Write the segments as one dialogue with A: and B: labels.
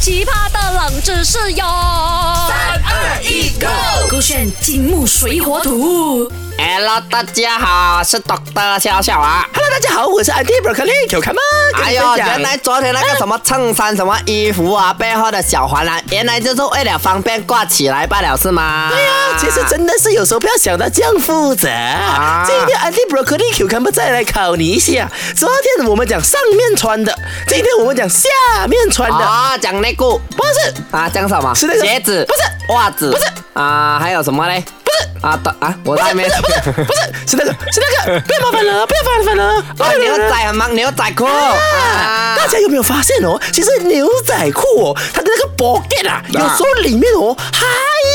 A: 奇葩的冷知识哟！三
B: 二一，Go！
A: 勾选金木水火土。
C: Hello，大家好，我是 Doctor 小小啊。
B: Hello，大家好，我是 Andy Broccoli，有看吗？跟
C: 哎
B: 你
C: 呦，
B: 分享
C: 原来昨天那个什么衬衫、什么衣服啊，背后的小环啊，原来就是为了方便挂起来罢了，是吗？对呀
B: 其实真的是有时候不要想到这样复杂。
C: 啊
B: 今天 Andy Broccoli cucumber 再来考你一下。昨天我们讲上面穿的，今天我们讲下面穿的，
C: 哦，讲内裤
B: 不是
C: 啊，讲什么？
B: 是那个
C: 鞋子
B: 不是
C: 袜子
B: 不是
C: 啊，还有什么嘞？
B: 不是
C: 啊，等啊，我
B: 不
C: 在
B: 是
C: 没。
B: 不是不是不是是那个是那个，不要麻烦了，不要麻烦了。
C: 哦，牛仔很忙，牛仔裤。
B: 啊！大家有没有发现哦？其实牛仔裤哦，它的那个 pocket 啊，有时候里面哦还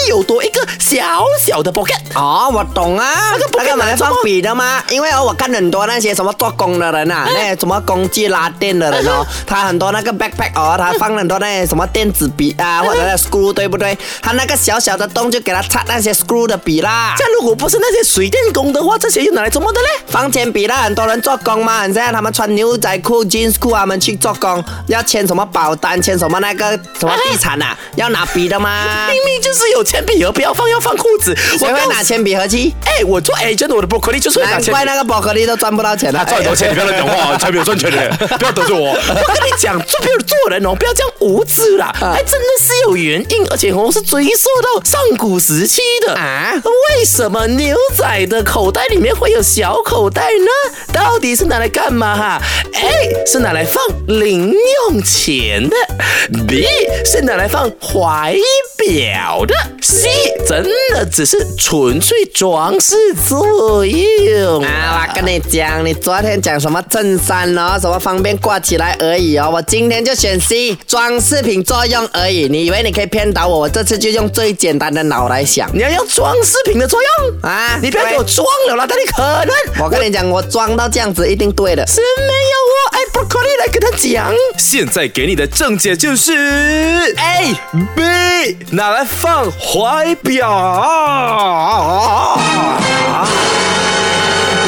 B: 有多一个小小的 pocket。
C: 哦，我懂啊，那
B: 个不
C: 那个
B: 可能
C: 蛮
B: 做
C: 放
B: 梦
C: 笔的吗？因为哦，我看很多那些什么做工的人啊，那些什么工具拉电的人哦，他很多那个 backpack 哦，他放很多那些什么电子笔啊，或者那 screw 对不对？他那个小小的洞就给他插那些 screw 的笔啦
B: 这。样如果不是那些水电工的话，这些又拿来做么的嘞？
C: 房间笔啦，很多人做工嘛，很现在他们穿牛仔裤、jeans 裤，他们去做工，要签什么保单，签什么那个什么地产啊，要拿笔的吗？
B: 明明就是有铅笔盒，不要放，要放裤子。我
C: 谁
B: 告
C: 会
B: 诉
C: 拿？铅笔盒去？
B: 哎，我做 agent，我的 broccoli 就是会拿
C: 难
B: 铅
C: 怪
B: 笔。
C: 那个宝格丽都赚不到钱了。
D: 赚很多钱，你不要乱讲
B: 啊
D: 话，才没有赚钱的，不要得罪我。
B: 我跟你讲，做不要做人哦，不要这样无知啦，还真的是有原因，而且哦是追溯到上古时期的
C: 啊
B: 为什么牛仔的口袋里面会有小口袋呢？到底是拿来干嘛哈？A 是拿来放零用钱的，B 是拿来放怀表的，C 真的只是纯粹装饰作用
C: 啊，我跟你讲，你昨天讲什么衬衫哦，什么方便挂起来而已哦。我今天就选 C，装饰品作用而已。你以为你可以骗倒我？我这次就用最简单的脑来想
B: 你要用装饰品的作用
C: 啊！
B: 你不要给我
C: 对，
B: 装了啦，但你可能
C: 我跟你讲，我装到这样子一定对的。
B: 是没有哦哎我爱 broccoli 来跟他讲。
D: 现在给你的正解就是 A B，拿来放怀表。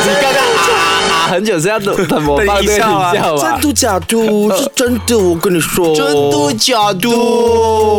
C: 你刚刚啊啊很久是要等等我
D: 放对音效啊音效
B: 真？度假度是真的，我跟你说，
C: 真度假
B: 度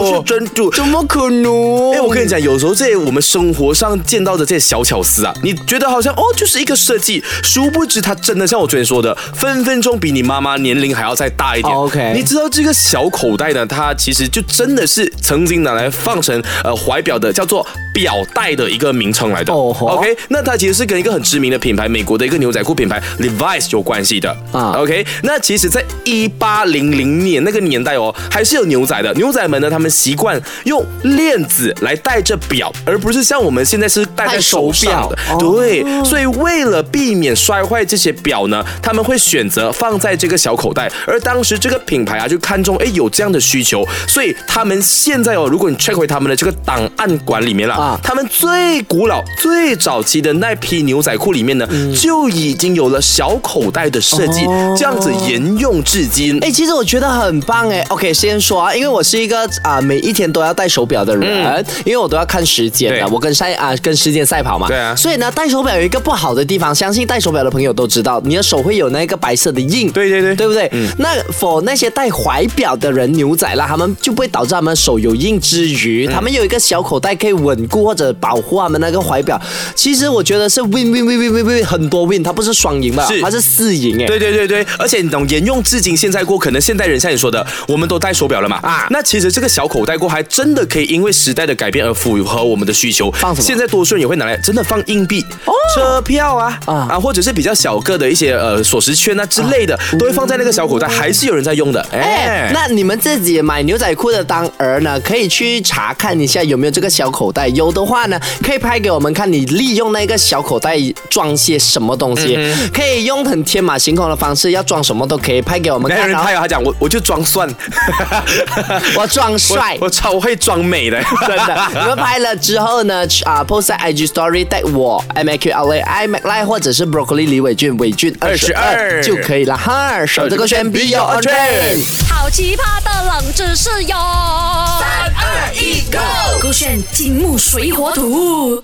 B: 是
C: 度，
B: 真度。
C: 怎么可能？
D: 哎、我跟你讲，有时候这些我们生活上见到的这些小巧思啊，你觉得好像哦，就是一个设计，殊不知它真的像我昨天说的，分分钟比你妈妈年龄还要再大一点。
C: 哦，OK
D: 哎你知道这个小口袋呢，它其实就真的是曾经拿来放成呃怀表的，叫做表带的一个名称来的。
C: 哦吼
D: OK，那它其实是跟一个很知名的品牌，美国的一个牛仔裤品牌 Levi's 有关系的
C: 啊
D: 啊。OK，那其实，在一八零零年那个年代哦，还是有牛仔的。牛仔们呢，他们习惯用链子来戴着表，而不是像我们现在是戴在手上的。哦
C: 戴手表
D: 对，所以为了避免摔坏这些表呢，他们会选择放在这个小口袋。而当时这个品牌啊，就看中哎有这样的需求，所以他们现在哦，如果你 check 回他们的这个档案馆里面啦，
C: 啊
D: 他们最古老、最早期的那批牛仔裤里面呢，就已经有了小口袋的设计，这样子沿用至今。
C: 哎、其实我觉得很棒哎。OK，先说啊，因为我是一个啊、每一天都要戴手表的人，因为我都要看时间的，
D: 嗯对
C: 我跟赛啊、跟时间赛跑嘛。
D: 对啊
C: 所以呢，戴手表有一个不好的地方，相信戴手表的朋友都知道，你的手会有那个白色的印。
D: 对对对嗯
C: 对不对？那 for 那些戴怀表的人牛仔啦，他们就不会导致他们手有印之余，
D: 嗯
C: 他们有一个小口袋可以稳固或者保护他们那个怀表。其实我觉得是 win win win win win win 很多 win，它不是双赢吧？
D: 是
C: 它是四赢哎。
D: 对对对对，而且你懂，沿用至今，现在过，可能现代人像你说的，我们都戴手表了嘛
C: 啊
D: 啊，那其实这个小口袋过还真的可以因为时代的改变而符合我们的需求。
C: 放什么哦
D: 现在多数人也会拿来真的放硬币、车票啊
C: 啊
D: 啊或者是比较小个的一些呃锁匙圈啊之类的，都会放在那个小口袋，还是有人在用的。
C: 哎
D: 哎，，
C: 那你们自己买牛仔裤的当儿呢，可以去查看一下有没有这个小口袋，有的话呢，可以拍给我们看，你利用那个小口袋装些什么东西，可以用很天马行空的方式，要装什么都可以拍给我们
D: 那有
C: 看。
D: 人啊
C: 然后
D: 拍了，他讲我我就装蒜，
C: 我装帅
D: 我。我超会装美的，
C: 真的，你们拍了之后呢，去啊、p o s t 在 IG Story 带我 M A Q L A I Mac Line 或者是 Broccoli 李伟俊伟俊二十二
D: 22
C: 就可以了哈，守着个圈 Be Your Own Train。
A: 好奇葩的冷知识哟！三二一，Go！勾选金木水火土。